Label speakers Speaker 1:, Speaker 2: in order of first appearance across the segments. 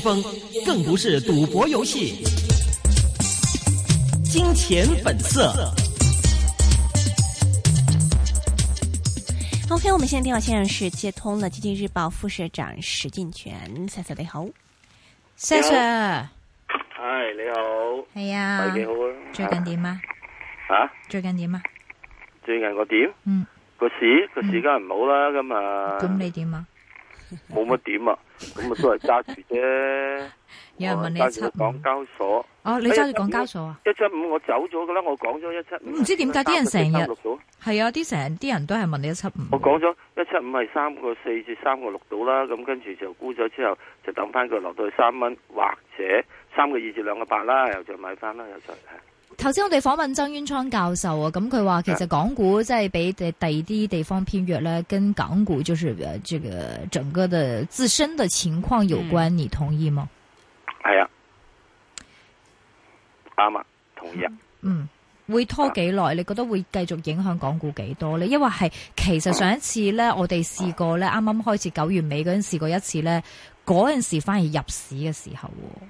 Speaker 1: 风更不是赌博游戏。金钱本色。
Speaker 2: OK，我们现在电话线上是接通了《经济日报》副社长史进全，石 Sir 你好，
Speaker 3: 石 Sir
Speaker 4: 唉，你好，
Speaker 3: 系啊，
Speaker 4: 喂，幾好啊？
Speaker 3: 最近點啊？
Speaker 4: 啊？
Speaker 3: 最近點啊？
Speaker 4: 最近個點？
Speaker 3: 嗯，
Speaker 4: 個市個市梗係唔好啦，咁啊，
Speaker 3: 咁你點啊？
Speaker 4: 冇乜點啊，咁啊都係揸住啫。
Speaker 3: 有人問你
Speaker 4: 我
Speaker 3: 一
Speaker 4: 揸
Speaker 3: 七
Speaker 4: 住個港
Speaker 3: 五，
Speaker 4: 交所
Speaker 3: 哦，你
Speaker 4: 哎
Speaker 3: 揸住港交所啊？
Speaker 4: 一七五我走咗噶啦，我講咗一七五。
Speaker 3: 唔知點解啲人成日
Speaker 4: 日，
Speaker 3: 係啊，啲成啲人都係問你一七五。
Speaker 4: 我講咗一七五係三個四至三個六度啦，咁跟住就沽咗之後就等翻佢落到去三蚊或者三個二至兩個八啦，又再買翻啦，又再。
Speaker 3: 頭先我哋訪問曾淵滄教授啊，咁佢話其實港股即係比第第二啲地方偏弱咧，跟港股就是呃這個整個的自身的情況有關，
Speaker 4: 嗯
Speaker 3: 你同意嗎？
Speaker 4: 係啊，啱啊，同意啊。
Speaker 3: 嗯，會
Speaker 4: 啊
Speaker 3: 拖幾耐？你覺得會繼續影響港股幾多呢？因為係其實上一次呢，我哋試過呢，啱啱開始九月尾嗰陣試過一次呢，嗰陣時反而入市嘅時候喎。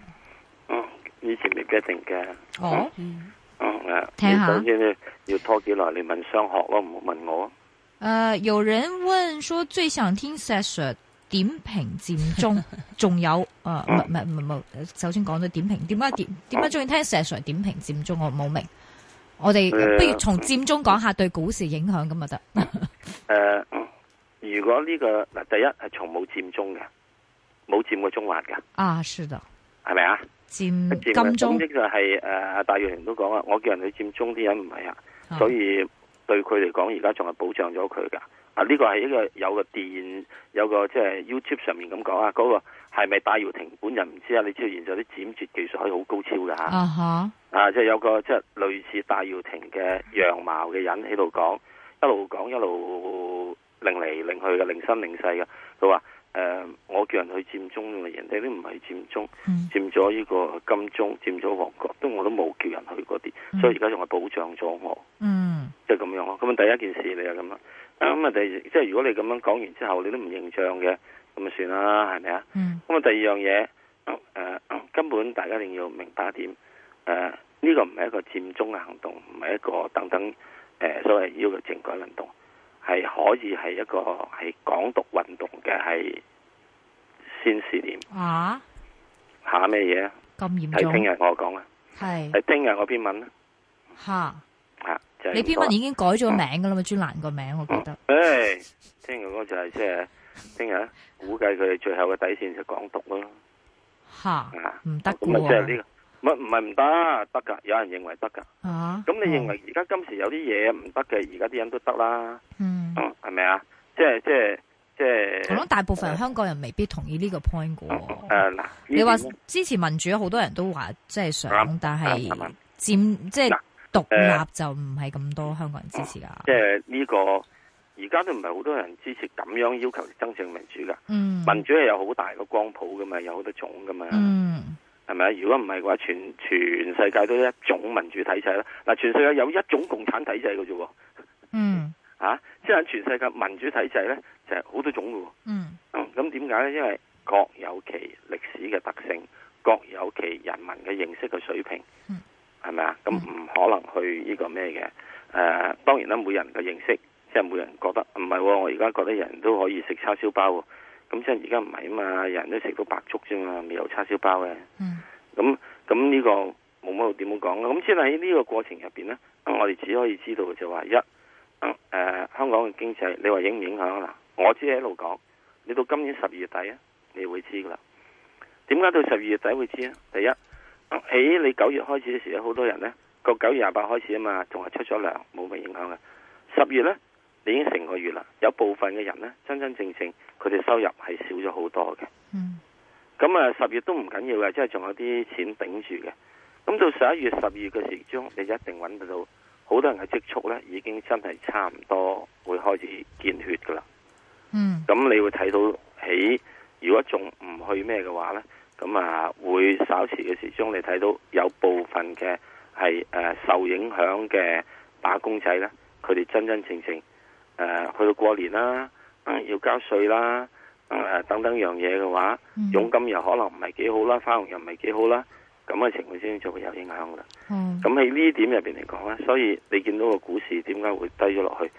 Speaker 4: 嗯，以前未必一定嘅。
Speaker 3: 哦，
Speaker 4: 嗯，誒，
Speaker 3: 聽下
Speaker 4: 首先咧要拖幾耐，你問商學咯，唔好問我。
Speaker 3: 呃，有人問說最想聽石 Sir 點評佔 中，仲有啊，唔係唔係唔係，首先講咗點評，點解點點解中意聽石 Sir 點評佔中？我冇明。我哋
Speaker 4: 呃
Speaker 3: 不如從佔中講下對股市影響咁就得。
Speaker 4: 誒、嗯如果呢、個嗱，第一係從冇佔中嘅，冇佔過中環嘅，
Speaker 3: 啊，是的，
Speaker 4: 係咪啊？
Speaker 3: 佔
Speaker 4: 一佔嘅
Speaker 3: 金
Speaker 4: 咁
Speaker 3: 鐘
Speaker 4: 呢就係誒阿戴耀廷都講啊，我叫人去佔中啲人唔係啊，
Speaker 3: 啊
Speaker 4: 所以對佢嚟講，而家仲係保障咗佢㗎。啊，呢個係一個有個電有個即係 YouTube 上面咁講啊，嗰、個係咪戴耀廷本人唔知啊？你知道現在啲剪接技術可以好高超㗎嚇。
Speaker 3: 啊哈。
Speaker 4: 啊，即係有個即係類似戴耀廷嘅樣貌嘅人喺度講，一路講一路擰嚟擰去嘅，擰身擰勢嘅。佢話：誒、我叫人去佔中嘅，人哋都唔係佔中，
Speaker 3: 嗯
Speaker 4: 佔咗呢個金鐘，佔咗旺角，都我都冇叫人去
Speaker 3: 嗯
Speaker 4: 嗰啲，所以而家仲係保障咗我。
Speaker 3: 嗯
Speaker 4: 即係咁樣咯。咁啊，第一件事你就咁啦。啊咁啊，第二即係如果你咁樣講完之後，你都唔認賬嘅，咁啊算啦，係咪啊？
Speaker 3: 嗯
Speaker 4: 咁啊，第二樣嘢，誒、呃根本大家一定要明白一點，誒、呢個唔係一個佔中嘅行動，唔係一個等等誒、呃所謂要求政改運動，係可以係一個係港獨運動嘅係先試點
Speaker 3: 啊，
Speaker 4: 下咩嘢啊？
Speaker 3: 咁嚴
Speaker 4: 睇
Speaker 3: 重
Speaker 4: 聽日我講啦，
Speaker 3: 係
Speaker 4: 睇聽日我篇文啦，
Speaker 3: 吓，
Speaker 4: 嚇、就係嗯
Speaker 3: 你
Speaker 4: 咁
Speaker 3: 篇
Speaker 4: 多啦
Speaker 3: 文已經改咗名噶啦嘛，專欄個名我記得
Speaker 4: 唉，聽日嗰就係即係聽日，估計佢哋最後嘅底線就港獨咯。
Speaker 3: 吓，
Speaker 4: 啊，
Speaker 3: 唔得
Speaker 4: 咁咪即係
Speaker 3: 嘅
Speaker 4: 呢個，唔係唔係唔得，得噶，有人認為得噶。
Speaker 3: 喎啊，
Speaker 4: 咁你認為而家今時有啲嘢唔得嘅，而家啲人都得啦，
Speaker 3: 嗯？嗯，
Speaker 4: 嗯係咪啊？即係即係即
Speaker 3: 我
Speaker 4: 係哦
Speaker 3: 諗大部分香港人未必同意呢個 point 嘅
Speaker 4: 誒
Speaker 3: 喎。
Speaker 4: 嗱，呢
Speaker 3: 你話
Speaker 4: 點咧
Speaker 3: 支持民主，好多人都話即係想，
Speaker 4: 啱
Speaker 3: 但係
Speaker 4: 啱啱啱
Speaker 3: 佔即係
Speaker 4: 嗱哦
Speaker 3: 獨立就唔係咁多香港人支持
Speaker 4: 即
Speaker 3: 噶。
Speaker 4: 係呢個而家都唔係好多人支持咁樣要求真正民主噶。
Speaker 3: 嗯
Speaker 4: 哦民主係有好大個光譜噶嘛，有好多種噶嘛。
Speaker 3: 嗯
Speaker 4: 係咪啊？如果唔係嘅話，全全世界都一種民主體制啦。嗱，全世界有一種共產體制嘅啫喎，
Speaker 3: 嗯
Speaker 4: 嚇！即係全世界民主體制咧，就係、好多種嘅喎。
Speaker 3: 嗯
Speaker 4: 嗯咁點解咧？因為各有其歷史嘅特性，各有其人民嘅認識嘅水平
Speaker 3: 嗯，
Speaker 4: 係咪啊？咁唔可能去呢個咩嘅？誒、當然啦，每人嘅認識，即係每人覺得唔係喎。我而家覺得人都可以食叉燒包喎，咁即係而家唔係啊嘛，人都食到白粥啫嘛，未有叉燒包嘅。
Speaker 3: 嗯
Speaker 4: 咁咁呢個冇乜好點好講啦。咁先喺呢個過程入邊呢，我哋只可以知道就話一誒、呃香港嘅經濟，你話影唔影響啦？我只係一路講，你到今年十二月底啊，你會知噶啦。點解到十二月底會知啊？第一，呃喺你九月開始嘅時候，好多人呢個九月廿八開始啊嘛，仲係出咗糧，冇乜影響嘅。十月呢，你已經成個月啦，有部分嘅人呢，真真正正佢哋收入係少咗好多嘅。
Speaker 3: 嗯
Speaker 4: 咁啊，十月都唔緊要嘅，即係仲有啲錢頂住嘅。咁到十一月、十二月嘅時鐘，你就一定揾得到好多人嘅積蓄呢，已經真係差唔多會開始見血噶啦。
Speaker 3: 嗯
Speaker 4: 咁你會睇到喺如果仲唔去咩嘅話呢，咁啊會稍遲嘅時鐘，你睇到有部分嘅係誒受影響嘅打工仔呢，佢哋真真正正誒、呃去到過年啦，啊要交稅啦，誒、等等樣嘢嘅話，
Speaker 3: 嗯
Speaker 4: 佣金又可能唔係幾好啦，花紅又唔係幾好啦，咁嘅情況先至會有影響啦。
Speaker 3: 哦
Speaker 4: 咁喺呢點入邊嚟講咧，所以你見到個股市點解會低咗落去？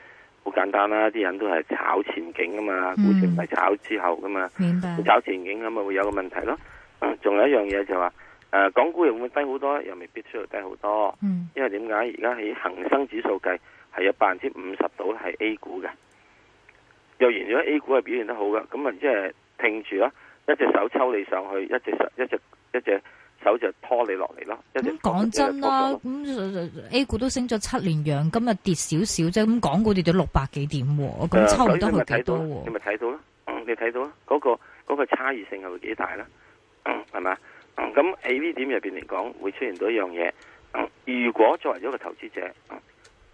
Speaker 4: 好簡單啦，啲人都係炒前景啊嘛，股市唔係炒之後噶嘛，
Speaker 3: 明白
Speaker 4: 你。炒前景咁咪會有個問題咯。嗯仲有一樣嘢就話、誒港股又會唔會低好多？又未必需要低好多，
Speaker 3: 嗯
Speaker 4: 因為點解而家喺恒生指數計係有百分之五十到係 A 股嘅。若然如果 A 股係表現得好嘅，咁咪即係聽住咯，一隻手抽你上去，一隻手一隻一隻手就拖你落嚟咯。一隻
Speaker 3: 咁講真啦，
Speaker 4: 一隻拖
Speaker 3: 咁呃 A 股都升咗七連陽，今日跌少少啫，咁港股跌咗六百幾點喎，咁抽唔得
Speaker 4: 呃所以你咪
Speaker 3: 佢幾
Speaker 4: 睇到
Speaker 3: 多
Speaker 4: 咯你
Speaker 3: 喎？
Speaker 4: 咪睇到咯，嗯你睇到咯，嗰、個嗰個差異性係會幾大啦，嗯，係咪啊？嗯咁喺呢點入邊嚟講，會出現到一樣嘢、嗯如果作為一個投資者，誒、嗯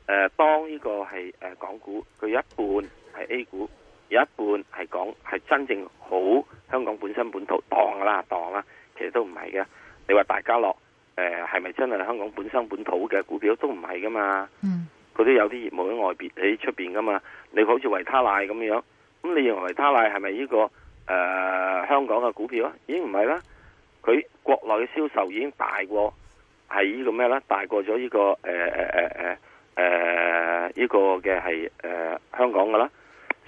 Speaker 4: 呃，當呢個係誒、呃港股，佢有一半係 A 股，有一半係港係真正好香港本身本土當㗎啦，當㗎啦，其實都唔係嘅。你話大家樂誒係咪真係香港本身本土嘅股票都唔係噶嘛？
Speaker 3: 嗯
Speaker 4: 佢都有啲業務喺外邊喺出邊噶嘛。你好似維他奶咁樣，咁你認為維他奶係咪呢個誒、呃香港嘅股票啊？已經唔係啦，佢國內嘅銷售已經大過係呢個咩啦？大過咗呢、個呃誒誒誒誒呃誒呢個嘅係誒香港噶啦。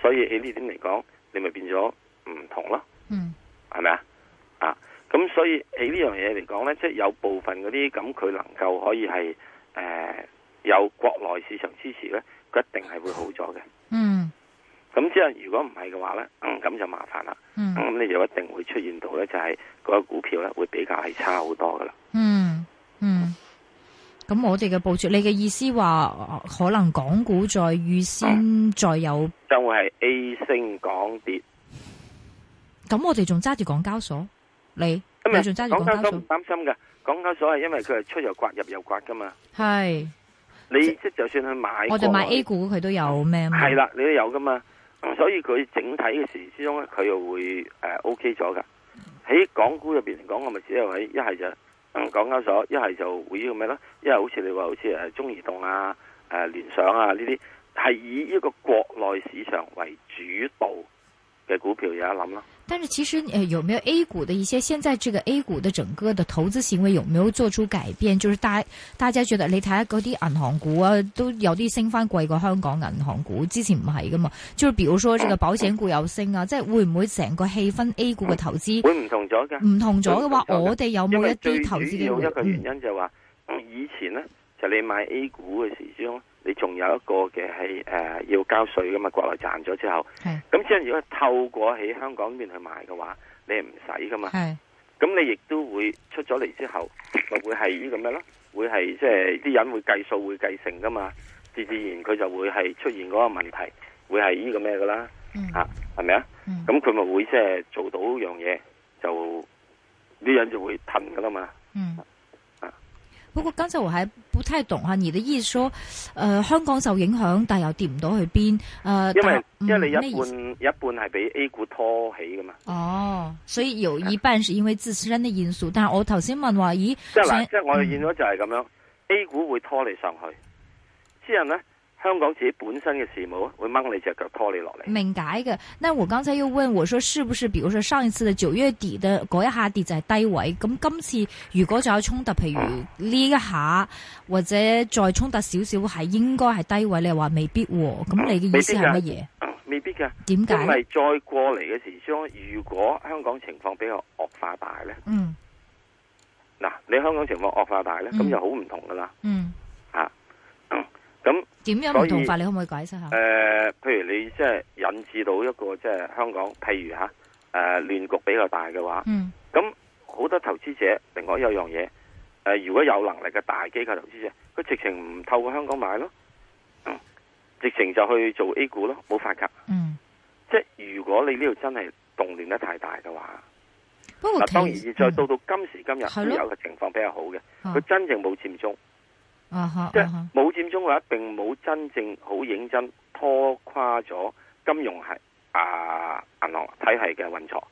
Speaker 4: 所以喺呢點嚟講，你咪變咗唔同咯。
Speaker 3: 嗯
Speaker 4: 係咪啊？啊，咁所以喺呢樣嘢嚟講呢，即係有部分嗰啲咁，佢能夠可以係誒、呃有國內市場支持呢，佢一定係會好咗嘅。
Speaker 3: 嗯
Speaker 4: 咁之後如果唔係嘅話呢，嗯咁、就麻煩啦。
Speaker 3: 嗯
Speaker 4: 咁、你就一定會出現到呢，就係、嗰個股票呢會比較係差好多噶啦。
Speaker 3: 嗯嗯。咁我哋嘅部署，你嘅意思話呃可能港股再預先再有，
Speaker 4: 將會係 A 升港跌，
Speaker 3: 咁我哋仲揸住港交所，你你仲揸住
Speaker 4: 港
Speaker 3: 港
Speaker 4: 交
Speaker 3: 交
Speaker 4: 所唔
Speaker 3: 所，
Speaker 4: 啊擔心噶，港交所係因為佢係出又刮入又刮噶嘛。
Speaker 3: 係
Speaker 4: 你即係就算去買，
Speaker 3: 我哋買 A 股佢都有咩啊嘛？
Speaker 4: 系啦，你都有噶嘛，咁所以佢整體嘅時之中咧，佢又會诶 O K 咗噶。喺港股入边嚟講，我咪只係喺一係就嗯港交所，一係就會呢個咩咯，一係好似你話好似诶中移動啊、诶、聯想啊呢啲，係以呢個國內市場為主導嘅股票有得諗咯。
Speaker 3: 但是其实呃，有没有 A 股的一些现在这个 A 股的整个的投资行为有没有做出改变？就是大大家觉得你睇下嗰啲银行股啊，都有啲升翻贵过香港银行股，之前唔係噶嘛。就是比如说这个保险股有升啊，即係會唔會成個氣氛 A 股嘅投資
Speaker 4: 會唔同咗噶，
Speaker 3: 唔同咗嘅話，
Speaker 4: 會唔同咗嘅
Speaker 3: 嗯我哋有
Speaker 4: 因
Speaker 3: 冇一
Speaker 4: 為最
Speaker 3: 啲
Speaker 4: 主
Speaker 3: 投資機
Speaker 4: 要
Speaker 3: 會
Speaker 4: 一？個原因就係話，嗯以前咧就你買 A 股嘅時之中，你仲有一個嘅係诶要交税噶嘛，國內賺咗之後。
Speaker 3: 係
Speaker 4: 咁即係如果透過喺香港呢邊去買嘅話，你係唔使噶嘛。
Speaker 3: 係
Speaker 4: 咁你亦都會出咗嚟之後，咪會係呢個咩咯？會係即係啲人會計數會計成噶嘛，自自然佢就會係出現嗰個問題，會係呢個咩噶啦？
Speaker 3: 嗯
Speaker 4: 啊，係咪啊？
Speaker 3: 嗯
Speaker 4: 咁佢咪會即係做到樣嘢，就啲人就會褪噶啦嘛。
Speaker 3: 嗯
Speaker 4: 啊。
Speaker 3: 不過剛才我還不太懂哈，你的意思說，呃，香港受影響，但又跌唔到去邊？呃，
Speaker 4: 因為
Speaker 3: 但
Speaker 4: 因為你一
Speaker 3: 嗯咩意思
Speaker 4: 半一半係俾 A 股拖起噶嘛。
Speaker 3: 哦，所以有一半是因為自身嘅因素，但係我頭先問話，咦，
Speaker 4: 即係嗱，
Speaker 3: 想嗯
Speaker 4: 即係我哋見到就係咁樣、a 股會拖你上去，之後呢，香港自己本身嘅事務啊會掹你隻腳拖你落嚟。
Speaker 3: 明解嘅。那我剛才又問我說，是不是，比如說上一次嘅九月底的嗰一下跌就係低位，咁今次如果仲有衝突，譬
Speaker 4: 嗯
Speaker 3: 如呢一下或者再衝突少少，係應該係低位，你又話未必喎，咁你嘅意思係乜嘢？
Speaker 4: 嗯未必㗎，
Speaker 3: 點
Speaker 4: 因
Speaker 3: 解？
Speaker 4: 為再過嚟嘅時將，如果香港情況比較惡化大呢，
Speaker 3: 嗯
Speaker 4: 嗱，你香港情況惡化大呢，咁
Speaker 3: 嗯
Speaker 4: 就好唔同㗎啦。
Speaker 3: 嗯，
Speaker 4: 咁
Speaker 3: 點樣
Speaker 4: 所
Speaker 3: 唔
Speaker 4: 以呃
Speaker 3: 同法？你可唔可以解釋下
Speaker 4: 誒、？
Speaker 3: 嗯
Speaker 4: 譬如你即係引致到一個即係香港，譬如嚇誒亂局比較大嘅話，
Speaker 3: 嗯
Speaker 4: 咁好多投資者，另外有樣嘢，誒、呃如果有能力嘅大機構投資者，佢直情唔透過香港買咯，嗯直情就去做 A 股咯，冇法㗎。
Speaker 3: 嗯，
Speaker 4: 即係如果你呢度真係動亂得太大嘅話，
Speaker 3: 不過
Speaker 4: 嗱
Speaker 3: 其
Speaker 4: 啊當然再到到今時今日
Speaker 3: 嗯係
Speaker 4: 都
Speaker 3: 咯
Speaker 4: 有一個情況比較好嘅，
Speaker 3: 啊
Speaker 4: 佢真正冇佔中，
Speaker 3: 啊哈
Speaker 4: 即
Speaker 3: 啊
Speaker 4: 係
Speaker 3: 哈
Speaker 4: 冇佔中嘅話並冇真正好認真拖垮咗金融系啊銀行體系嘅運作。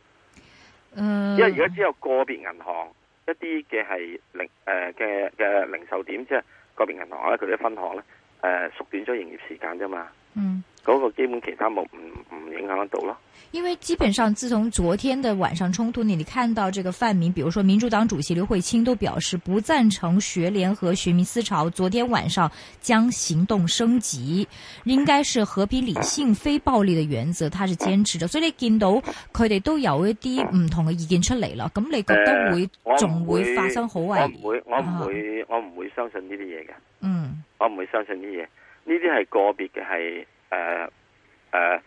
Speaker 3: 嗯
Speaker 4: 因為而家只有個別銀行一啲嘅係零誒嘅嘅啊呃零售點，即係個別銀行咧，佢啲分行咧誒、呃縮短咗營業時間啫嘛。
Speaker 3: 嗯
Speaker 4: 嗰、個基本其他冇唔唔影響得到咯。
Speaker 3: 因为基本上自从昨天的晚上冲突里，你看到这个泛民，比如说民主党主席刘慧卿都表示不赞成学联和学民思潮昨天晚上将行动升级，应该是和平理性、非暴力的原则，他是坚持着。所以你見到佢哋都有一啲唔同嘅意見出嚟啦，咁你覺得會
Speaker 4: 呃我唔
Speaker 3: 仲會
Speaker 4: 會
Speaker 3: 發生好危
Speaker 4: 我唔會，我唔
Speaker 3: 啊
Speaker 4: 會，我唔會相信呢啲嘢嘅，
Speaker 3: 嗯
Speaker 4: 我唔會相信呢啲嘢。呢啲係個別嘅係誒誒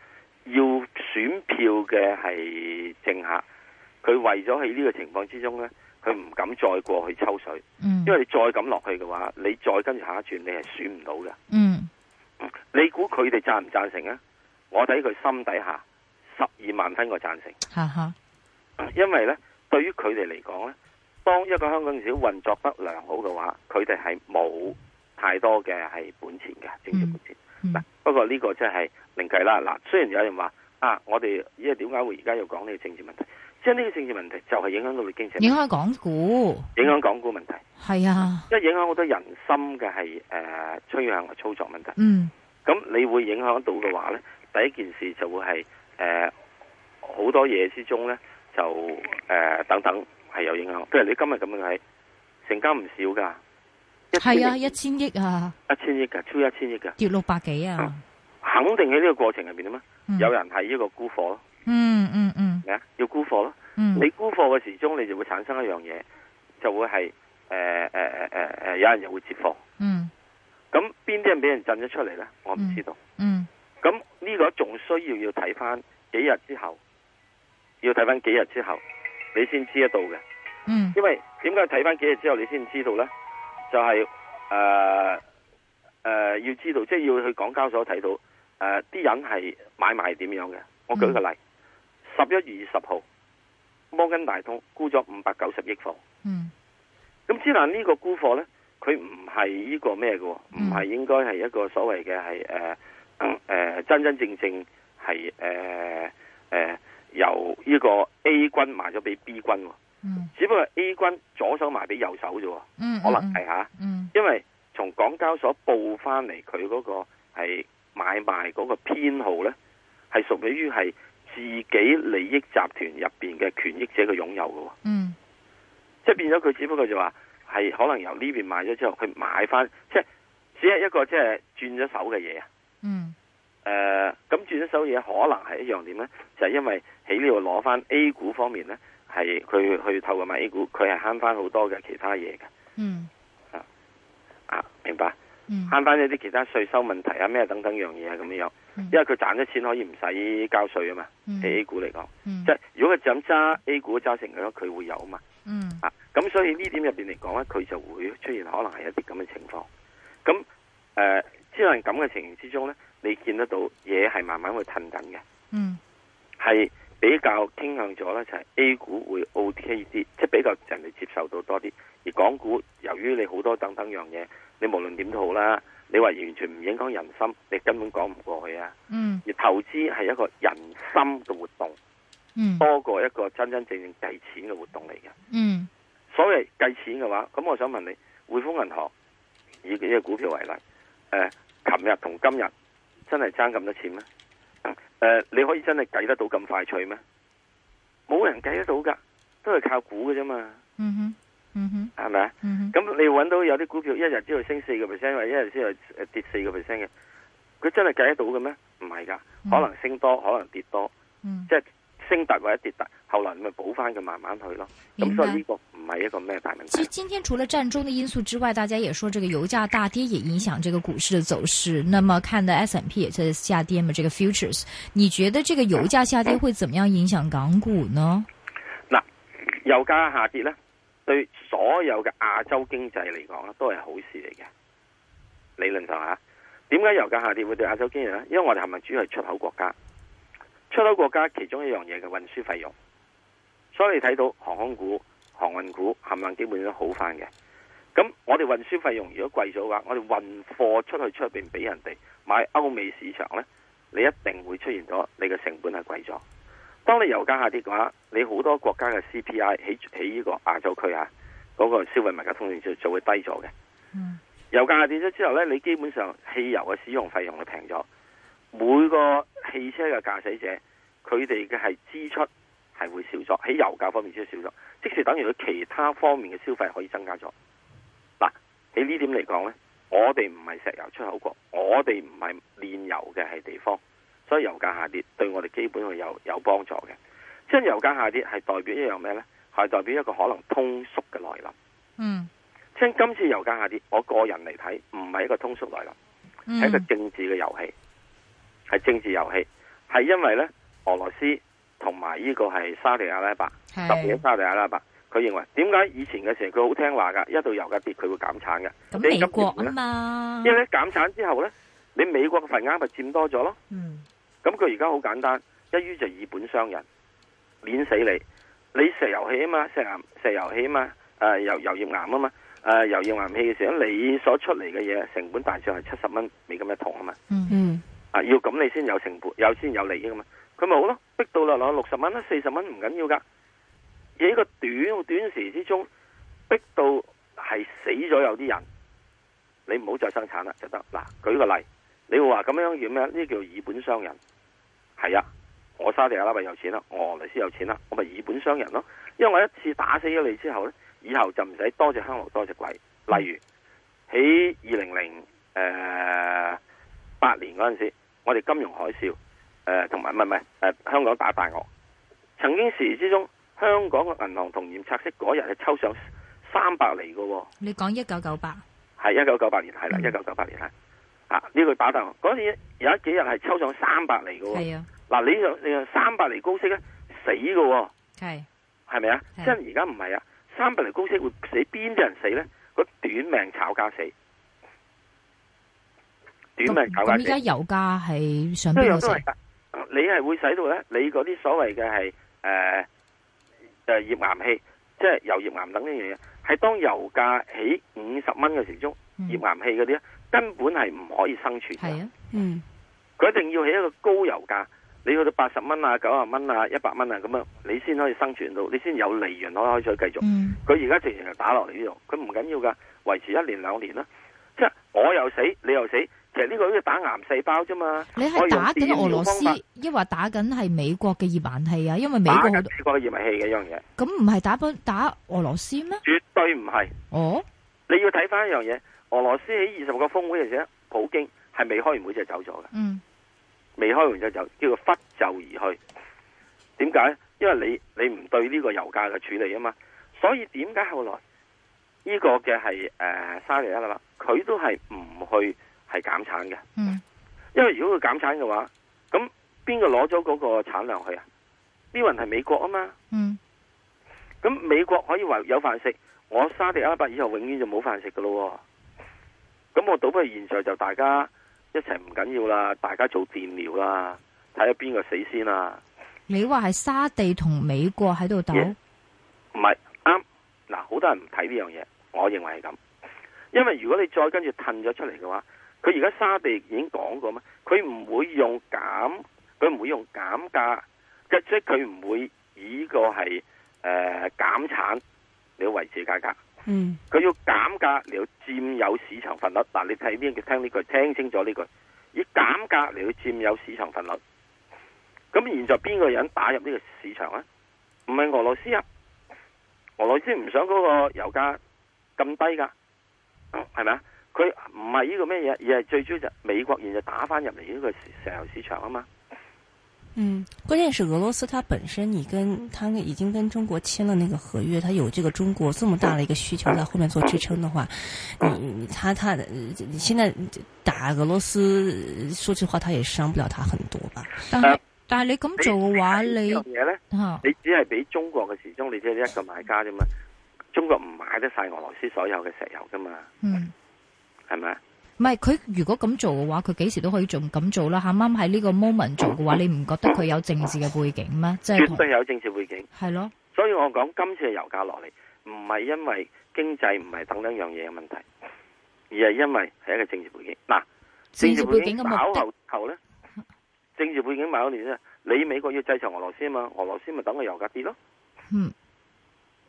Speaker 4: 要選票嘅係政客，佢為咗喺呢個情況之中呢，佢唔敢再過去抽水，
Speaker 3: 嗯
Speaker 4: 因為你再咁落去嘅話，你再跟住下一轉，你係選唔到嘅。
Speaker 3: 嗯
Speaker 4: 你估佢哋贊唔贊成啊？我睇佢心底下十二萬分個贊成。
Speaker 3: 哈哈
Speaker 4: 因為咧，對於佢哋嚟講咧，當一個香港小運作得良好嘅話，佢哋係冇太多嘅係本錢嘅政治本錢。
Speaker 3: 嗯
Speaker 4: 嗱、不過呢個真係另計啦。嗱，雖然有人話啊，我哋因為點解會而家要講呢個政治問題？即係呢個政治問題就係影響到你經 濟問題，
Speaker 3: 影響港股
Speaker 4: 影響港股問題，
Speaker 3: 係啊，
Speaker 4: 即係影響好多人心嘅係誒趨向嘅操作問題。
Speaker 3: 嗯
Speaker 4: 咁你會影響到嘅話呢，第一件事就會係誒好多嘢之中呢，就誒、呃等等係有影響。譬如你今日咁樣睇，成交唔少㗎，一千
Speaker 3: 係啊，
Speaker 4: 億
Speaker 3: 一千億啊，
Speaker 4: 一千億㗎，超一千億㗎，
Speaker 3: 跌六百幾啊，
Speaker 4: 肯定喺呢個過程入邊啊嘛，
Speaker 3: 嗯
Speaker 4: 有人係呢個沽貨咯，
Speaker 3: 嗯嗯嗯
Speaker 4: 咩啊要沽貨咯。
Speaker 3: 嗯，
Speaker 4: 你沽貨嘅時鐘，你就會產生一樣嘢，就呃會係誒誒誒誒誒，有人又會接貨。
Speaker 3: 嗯
Speaker 4: 咁邊啲人俾人震咗出嚟呢？我唔知道。
Speaker 3: 嗯
Speaker 4: 咁呢個仲需要要睇翻幾日之後，要睇翻幾日之後，你先知得到嘅。
Speaker 3: 嗯
Speaker 4: 因為點解睇翻幾日之後你先知道呢？就係誒誒要知道，即係要去港交所睇到誒啲、人係買賣點樣嘅。我舉個例，十一月二十號，摩根大通沽咗五百九十億貨。
Speaker 3: 嗯
Speaker 4: 咁之但呢個沽貨呢，佢唔係呢個咩嘅喎，唔
Speaker 3: 嗯
Speaker 4: 係應該係一個所謂嘅係誒嗯誒真真正正係誒誒呃由呢個 A 軍賣咗俾 B 軍喎，
Speaker 3: 嗯
Speaker 4: 只不過 A 軍左手賣俾右手啫喎，
Speaker 3: 嗯，
Speaker 4: 可能係嚇，
Speaker 3: 嗯
Speaker 4: 因為從港交所報翻嚟佢嗰個係買賣嗰個偏好呢，係屬於係自己利益集團入邊嘅權益者嘅擁有嘅喎。
Speaker 3: 嗯
Speaker 4: 即係變咗佢，只不過就話係可能由呢邊買咗之後，佢買翻，即係只係一個即係轉咗手嘅嘢啊。
Speaker 3: 嗯
Speaker 4: 誒、咁轉咗手嘅嘢可能係一樣點呢？就係、因為喺呢度攞翻 A 股方面呢，係佢去透過買 A 股，佢係慳翻好多嘅其他嘢嘅
Speaker 3: 嗯
Speaker 4: 啊，明白？
Speaker 3: 嗯
Speaker 4: 慳翻一啲其他稅收問題啊，咩等等樣嘢啊咁樣，
Speaker 3: 嗯
Speaker 4: 因為佢賺咗錢可以唔使交稅啊嘛。喺 A 股嚟講，即係如果佢就咁揸 A 股揸成嘅話，佢會有啊嘛。
Speaker 3: 嗯
Speaker 4: 啊，咁所以呢點入邊嚟講咧，佢就會出現可能係一啲咁嘅情況。咁呃誒，只能咁嘅情形之中咧，你見得到嘢係慢慢會褪緊嘅，
Speaker 3: 嗯
Speaker 4: 係比較傾向咗咧，就係、A 股會 OK 啲，即係比較人哋接受到多啲。而港股由於你好多等等樣嘢，你無論點都好啦，你話完全唔影響人心，你根本講唔過去啊。
Speaker 3: 嗯
Speaker 4: 而投資係一個人心嘅活動，
Speaker 3: 嗯
Speaker 4: 多過一個真真正正計錢嘅活動嚟嘅。
Speaker 3: 嗯
Speaker 4: 所謂計錢嘅話，咁我想問你，匯豐銀行以呢個股票為例，誒、琴日同今日真係爭咁多錢咩？誒、你可以真係計得到咁快脆咩？冇人計得到㗎，都係靠估嘅啫嘛，
Speaker 3: 嗯哼嗯哼
Speaker 4: 係咪啊？
Speaker 3: 嗯
Speaker 4: 咁你揾到有啲股票一日之內升四個 percent，或者一日之內誒跌四個 percent 嘅，佢真係計得到嘅咩？唔係㗎，
Speaker 3: 嗯
Speaker 4: 可能升多，可能跌多，
Speaker 3: 嗯
Speaker 4: 即係升突或者跌突，後來你咪補翻佢慢慢去咯。咁
Speaker 3: 明
Speaker 4: 所
Speaker 3: 白
Speaker 4: 以呢個唔係一個咩大問
Speaker 3: 其
Speaker 4: 題
Speaker 3: 实。今天除了战中的因素之外，大家也说这个油价大跌也影响这个股市的走势。那么看的 S M P 也在下跌嘛，这个 futures，你觉得这个油价下跌会怎么样影响港股呢？
Speaker 4: 油價下跌呢，對所有嘅亞洲經濟嚟講咧，都係好事嚟嘅。理論上嚇，點解油價下跌會對亞洲經濟呢？因為我哋係咪主要係出口國家？出口國家其中一樣嘢嘅運輸費用，所以你睇到航空股、航運股冚唪唥基本上都好翻嘅。咁我哋運輸費用如果貴咗嘅話，我哋運貨出去出邊俾人哋買歐美市場呢，你一定會出現咗你嘅成本係貴咗。當你油價下跌嘅話，你好多國家嘅 CPI 喺喺呢個亞洲區啊，嗰、個消費物價通脹就就會低咗嘅。
Speaker 3: 嗯
Speaker 4: 油價下跌咗之後呢，你基本上汽油嘅使用費用就平咗，每個汽車嘅駕駛者，佢哋嘅係支出係會少咗，喺油價方面支出少咗，即使等於佢其他方面嘅消費可以增加咗。嗱，喺呢點嚟講呢，我哋唔係石油出口國，我哋唔係煉油嘅係地方，所以油價下跌對我哋基本係有有幫助嘅。即係油價下跌係代表一樣咩呢？係代表一個可能通縮嘅來臨。
Speaker 3: 嗯
Speaker 4: 即係今次油價下跌，我個人嚟睇唔係一個通縮來臨。係一個
Speaker 3: 嗯
Speaker 4: 政治嘅遊戲，係政治遊戲，係因為咧俄羅斯同埋呢個係沙地阿拉伯，特別係
Speaker 3: 係，
Speaker 4: 沙地阿拉伯，佢認為點解以前嘅時候佢好聽話㗎，一到油價跌佢會減產嘅，
Speaker 3: 咁
Speaker 4: 你今
Speaker 3: 美國
Speaker 4: 年
Speaker 3: 啊
Speaker 4: 咧
Speaker 3: 嘛，
Speaker 4: 因為咧減產之後咧，你美國嘅份額咪佔多咗咯，
Speaker 3: 嗯
Speaker 4: 咁佢而家好簡單，一於就以本傷人，碾死你，你石油氣啊嘛，石岩石油氣啊嘛，誒、油油頁岩啊嘛，誒、油頁岩氣嘅時候，你所出嚟嘅嘢成本大致係七十蚊美金一桶啊嘛。
Speaker 3: 嗯
Speaker 2: 嗯
Speaker 4: 啊，要咁你先有成本，有先有利益噶嘛。佢咪好咯，逼到落落六十蚊啦，四十蚊唔緊要噶。而呢個短短時之中，逼到係死咗有啲人，你唔好再生產啦就得。嗱，舉個例，你會話咁樣叫咩？呢叫以本傷人。係啊，我沙地阿拉伯有錢啦，我俄羅斯有錢啦，我咪以本傷人咯。因為我一次打死咗你之後呢，以後就唔使多隻香爐多隻鬼。例如喺二零零誒八年嗰陣時，我哋金融海嘯，誒同埋唔係唔係誒香港打大鱷，曾經時之中香港嘅銀行同業拆息嗰日係抽上三百厘嘅喎，
Speaker 3: 你講一九九八，
Speaker 4: 係一九九八年
Speaker 3: 嗯
Speaker 4: 係啦，一九九八年係啊呢個打大鱷嗰時有一幾日係抽上三百厘嘅喎，
Speaker 3: 係啊，
Speaker 4: 嗱你又你又三百厘高息咧死嘅喎，
Speaker 3: 係
Speaker 4: 係咪啊？
Speaker 3: 係
Speaker 4: 即係而家唔係啊，三百厘高息會死邊啲人死咧？嗰短命炒家死，短
Speaker 3: 咁
Speaker 4: 命炒家
Speaker 3: 啊咁
Speaker 4: 死
Speaker 3: 依。家油價係上
Speaker 4: 都
Speaker 3: 邊
Speaker 4: 有
Speaker 3: 個
Speaker 4: 都
Speaker 3: 成
Speaker 4: 係？㗎你係會使到咧，你嗰啲所謂嘅係誒誒頁岩氣，即係油頁岩等呢樣嘢，係當油價起五十蚊嘅時鐘，頁
Speaker 3: 嗯
Speaker 4: 岩氣嗰啲咧根本係唔可以生存
Speaker 3: 係
Speaker 4: 嘅。
Speaker 3: 啊，
Speaker 2: 嗯
Speaker 4: 佢一定要起一個高油價，你去到八十蚊啊、九十蚊啊、一百蚊啊咁樣，你先可以生存到，你先有利潤可以開始繼續。
Speaker 3: 嗯
Speaker 4: 佢而家直情就打落嚟呢度，佢唔緊要噶，維持一年兩年啦。即係我又死，你又死，其實呢個好似打癌細胞啫嘛。
Speaker 3: 你
Speaker 4: 我
Speaker 3: 係
Speaker 4: 用
Speaker 3: 打
Speaker 4: 電
Speaker 3: 緊
Speaker 4: 療
Speaker 3: 俄羅斯
Speaker 4: 方法，
Speaker 3: 抑或打緊係美國嘅頁岩氣啊？因為美國
Speaker 4: 打
Speaker 3: 好
Speaker 4: 緊
Speaker 3: 多
Speaker 4: 美國嘅熱武器嘅一樣嘢，
Speaker 3: 咁唔係打本打俄羅斯咩？
Speaker 4: 絕對唔係。
Speaker 3: 哦，
Speaker 4: 你要睇翻一樣嘢，俄羅斯喺二十個峰會嘅時候，普京係未開完會就走咗嘅，
Speaker 3: 嗯
Speaker 4: 未開完就走，叫做拂袖而去。點解？因為你你唔對呢個油價嘅處理啊嘛，所以點解後來呢個嘅係誒沙利啦啦，佢都係唔去係減產嘅，
Speaker 3: 嗯
Speaker 4: 因為如果佢減產嘅話，咁邊個攞咗嗰個產量去啊？呢個人係美國啊嘛。
Speaker 3: 嗯
Speaker 4: 咁美國可以話有飯食，我沙地阿拉伯以後永遠就冇飯食噶咯喎。咁我倒不如現在就大家一齊唔緊要啦，大家做電療啦，睇下邊個死先啦。
Speaker 3: 你話係沙地同美國喺度鬥
Speaker 4: Yeah，唔係啱嗱，好多人唔睇呢樣嘢，我認為係咁。因為如果你再跟住褪咗出嚟嘅話，佢而家沙地已經講過嘛，佢唔會用減，佢唔會用減價，即即係佢唔會以個係誒、呃、減產嚟維持價格。
Speaker 2: 嗯
Speaker 4: 佢要減價嚟到佔有市場份率。嗱，你睇邊聽呢句，聽清楚呢句，以減價嚟到佔有市場份率。咁現在邊個人打入呢個市場啊？唔係俄羅斯啊，俄羅斯唔想嗰個油價咁低㗎，係咪啊？佢唔係呢個咩嘢，而係最主要就係美國現在打翻入嚟呢個石油市場啊嘛。
Speaker 2: 嗯，关键是俄罗斯它本身，你跟它已经跟中国签了那个合约，它有这个中国这么大的一个需求在后面做支撑的话，你你它它呃你现在打俄罗斯，说句话，它也伤不了它很多吧？
Speaker 3: 但
Speaker 4: 係
Speaker 3: 係但係你咁做嘅話，
Speaker 4: 呢樣
Speaker 3: 你
Speaker 4: 嘢咧，
Speaker 3: 吓
Speaker 4: 你只係俾中國嘅時鐘，你只係一個買家啫嘛。中國唔買得晒俄羅斯所有嘅石油㗎嘛，
Speaker 3: 嗯。
Speaker 4: 係咪啊？
Speaker 3: 唔係佢如果咁做嘅話，佢幾時都可以做咁做啦。啱啱喺呢個 moment 做嘅話，你唔覺得佢有政治嘅背景咩？即係
Speaker 4: 絕
Speaker 3: 同
Speaker 4: 對有政治背景，
Speaker 3: 係咯，
Speaker 4: 所以我講今次嘅油價落嚟，唔係因為經濟唔係等等樣嘢嘅問題，而係因為係一個政治背景。嗱，
Speaker 3: 政治背景
Speaker 4: 政
Speaker 3: 嘅
Speaker 4: 治稍
Speaker 3: 目的
Speaker 4: 後後咧，政治背景某年咧，你美國要制裁俄羅斯啊嘛，俄羅斯咪等個油價跌咯。
Speaker 3: 嗯，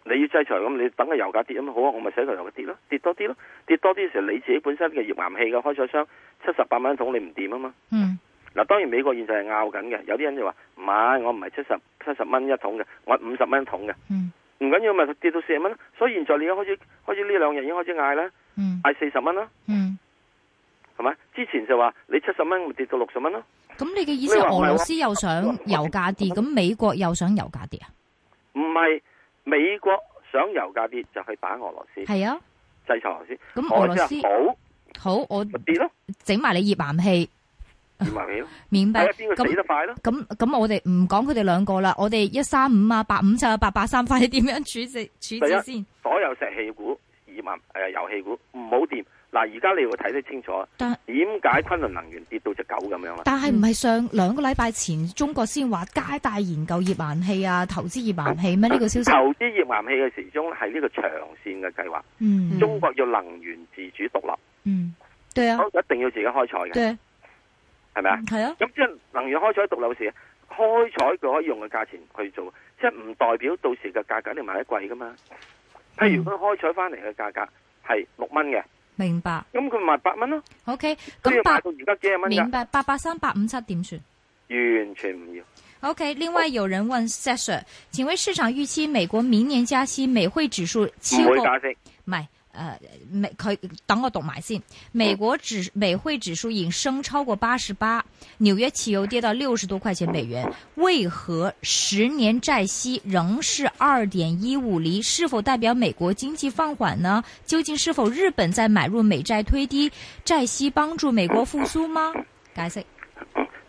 Speaker 4: 你要制裁咁，你等個油價跌咁好啊，我咪使個油價跌咯，跌多啲咯，跌多啲嘅時候，你自己本身嘅頁岩氣嘅開採商七十八蚊一桶，你唔掂啊嘛。
Speaker 3: 嗯
Speaker 4: 嗱，當然美國現在係拗緊嘅，有啲人就話唔係，我唔係七十七十蚊一桶嘅，我五十蚊一桶嘅，
Speaker 3: 嗯
Speaker 4: 唔緊要咪跌到四十蚊咯。所以現在你已經開始開始呢兩日已經開始嗌啦，
Speaker 3: 嗯
Speaker 4: 嗌四十蚊啦，
Speaker 3: 嗯，
Speaker 4: 係咪？之前就話你七十蚊咪跌到六十蚊咯，
Speaker 3: 咁你嘅意思係俄羅斯又想油價跌，咁美國又想油價跌啊？
Speaker 4: 唔係美國想油價跌就去打俄羅斯，制
Speaker 3: 係啊，
Speaker 4: 裁俄羅斯，
Speaker 3: 咁
Speaker 4: 俄
Speaker 3: 俄
Speaker 4: 羅
Speaker 3: 羅
Speaker 4: 斯
Speaker 3: 斯
Speaker 4: 話好
Speaker 3: 好，我
Speaker 4: 咪跌咯，
Speaker 3: 整埋你頁岩氣，
Speaker 4: 跌埋 你咯，
Speaker 3: 免
Speaker 4: 睇
Speaker 3: 白
Speaker 4: 下邊個死
Speaker 3: 咁。
Speaker 4: 得快咯。
Speaker 3: 咁咁，我哋唔講佢哋兩個啦，我哋一三五啊，八五七啊，八八三， 快啲點樣處置處置先？
Speaker 4: 所有石器股、頁岩誒油氣股唔好掂。嗱，而家你會睇得清楚
Speaker 3: 但，
Speaker 4: 點解昆侖能源跌到只狗咁樣啦？
Speaker 3: 但係唔係上兩個禮拜前中國先話加大研究頁岩氣啊，投資頁岩氣咩？呢、個消息，
Speaker 4: 投資頁岩氣嘅時鐘係呢個長線嘅計劃，
Speaker 3: 嗯
Speaker 4: 中國要能源自主獨立，
Speaker 3: 嗯，對啊，
Speaker 4: 一定要自己開採嘅，
Speaker 3: 對，啊
Speaker 4: 係咪啊？
Speaker 3: 係啊，
Speaker 4: 咁即係能源開採獨立嘅時，開採佢可以用嘅價錢去做，即係唔代表到時嘅價格你賣得貴噶嘛。
Speaker 3: 嗯
Speaker 4: 譬如佢開採翻嚟嘅價格係六蚊嘅，
Speaker 3: 明白。
Speaker 4: 咁佢賣八蚊咯，
Speaker 3: OK，
Speaker 4: 所以
Speaker 3: 咁
Speaker 4: 賣
Speaker 3: 八
Speaker 4: 到而家幾廿蚊
Speaker 3: 明
Speaker 4: 㗎，
Speaker 3: 白八八三八五七點算
Speaker 4: 完全唔要。
Speaker 3: ？OK，另外有人問 s e s s o r 請問市場預期美國明年加息，美匯指數超
Speaker 4: 唔會
Speaker 3: 過
Speaker 4: 加息，
Speaker 3: 唔係誒呃美佢等我讀埋先。美國指美匯指數已升超過八十八，紐約期油跌到六十多塊錢美元，為何十年債息仍是二點一五厘？是否代表美国经济放缓呢？究竟是否日本在买入美债推低债息，帮助美国复苏吗？解釋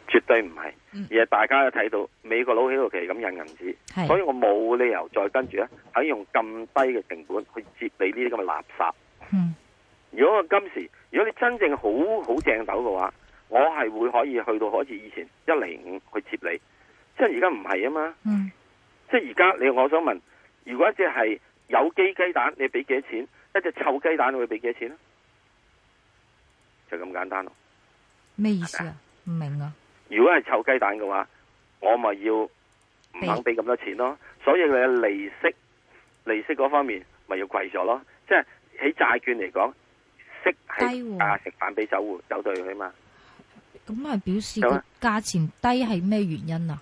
Speaker 4: 絕對唔係
Speaker 3: 嗯，
Speaker 4: 而係大家都睇到美國佬喺度期咁印銀紙，
Speaker 3: 係。
Speaker 4: 所以我冇理由再跟住咧，喺用咁低嘅成本去接你呢啲咁嘅垃圾。
Speaker 3: 嗯
Speaker 4: 如果我今時，如果你真正好好正斗嘅話，我係會可以去到好似以前一厘五去接你，即係而家唔係啊嘛，
Speaker 3: 嗯
Speaker 4: 即係而家你我想問，如果一隻係有機雞蛋，你俾幾多錢？一隻臭雞蛋你會俾幾多錢咧？啊就咁簡單咯。
Speaker 3: 咩意思啊？唔明啊？
Speaker 4: 如果係臭雞蛋嘅話，我咪要唔肯俾咁多錢咯。所以佢嘅利息，利息嗰方面咪要貴咗咯。即係喺債券嚟講，息
Speaker 3: 低喎
Speaker 4: 係啊食飯俾酒户走對佢嘛，
Speaker 3: 咁係表示
Speaker 4: 有
Speaker 3: 個
Speaker 4: 啊
Speaker 3: 價錢低係咩原因啊？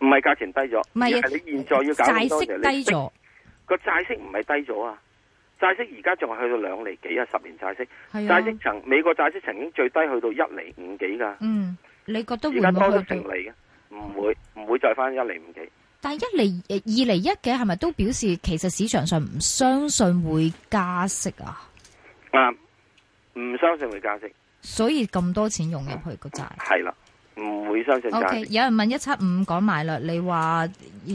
Speaker 4: 唔係價錢低咗，
Speaker 3: 唔係啊
Speaker 4: 而係你現在要搞咁
Speaker 3: 債
Speaker 4: 多
Speaker 3: 息
Speaker 4: 嘢，你
Speaker 3: 低咗，
Speaker 4: 個債息唔係低咗啊！債息而家仲係去到兩厘幾啊，十年債息，
Speaker 3: 係
Speaker 4: 債息
Speaker 3: 啊。
Speaker 4: 曾美國債息曾經最低去到一厘五幾噶，
Speaker 3: 嗯，你覺得會
Speaker 4: 而家
Speaker 3: 唔
Speaker 4: 多咗
Speaker 3: 會
Speaker 4: 成
Speaker 3: 去到？
Speaker 4: 厘嘅，唔會唔會再翻一厘五幾。
Speaker 3: 但係一嚟誒二嚟一嘅係咪都表示其實市場上唔相信會加息啊？
Speaker 4: 啊，唔相信會加息。
Speaker 3: 所以咁多錢湧入去個債。
Speaker 4: 系啦，唔會相信
Speaker 3: O
Speaker 4: 價
Speaker 3: K，
Speaker 4: 值，
Speaker 3: 有人問一七五講埋啦，你話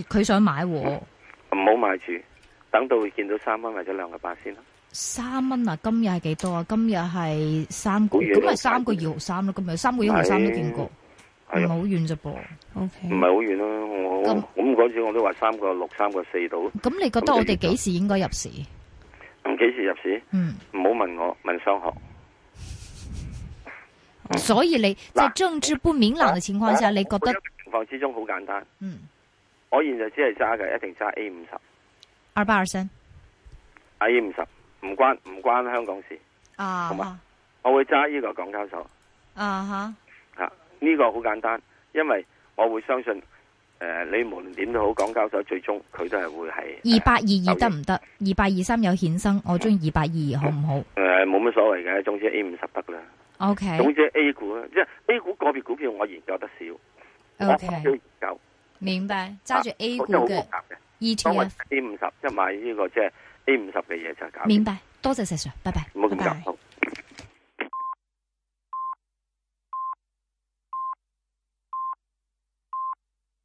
Speaker 3: 佢想買喎，
Speaker 4: 唔好買住，等到會見到三蚊或者兩個八先啦。
Speaker 3: 三蚊啊！今日係幾多啊？今日係三個，
Speaker 4: 好遠
Speaker 3: 咁
Speaker 4: 啊
Speaker 3: 係三個二毫三咯。今日三個一毫三都見過，唔
Speaker 4: 係
Speaker 3: 係
Speaker 4: 啊，
Speaker 3: 好遠啫噃。
Speaker 2: OK，
Speaker 4: 唔係好遠咯。我
Speaker 3: 嗯咁
Speaker 4: 咁嗰時我都話三個六、三個四度。
Speaker 3: 咁你覺得我哋幾時應該入市？
Speaker 4: 咁幾時入市？
Speaker 3: 嗯，
Speaker 4: 唔好問我，問商學。
Speaker 3: 所以你在政治不明朗的情況下，你覺
Speaker 4: 哦啊我
Speaker 3: 得
Speaker 4: 一個情況之中好簡單，
Speaker 3: 嗯
Speaker 4: 我現在只係揸嘅，一定揸 A 五十
Speaker 3: 二八二三
Speaker 4: ，A 五十唔關唔關香港事，
Speaker 3: 啊
Speaker 4: 好
Speaker 3: 哈
Speaker 4: 嘛我會揸呢個港交所
Speaker 3: 啊哈
Speaker 4: 吓，啊呢、個好簡單，因為我會相信诶、呃你無論點都好，港交所最終佢都係會係
Speaker 3: 二八二二得唔得？二八二三有衍生，我中意二八二二好唔
Speaker 4: 诶呃冇乜所謂嘅，總之 A 五十得啦。
Speaker 3: 好？OK
Speaker 4: 總之 A 股咧，即係 A 股個別股票我研究得少，我需要
Speaker 3: OK，
Speaker 4: 研究，
Speaker 3: 明白。揸住 A
Speaker 4: 我
Speaker 3: 股
Speaker 4: 真係好
Speaker 3: 嘅啊
Speaker 4: 複雜嘅。當我
Speaker 3: ETF，
Speaker 4: A 五十即係買呢個即係 A 五十嘅嘢就係搞掂。
Speaker 3: 明白。多謝石 Sir，拜拜，
Speaker 4: 唔好咁
Speaker 3: 拜拜
Speaker 4: 急。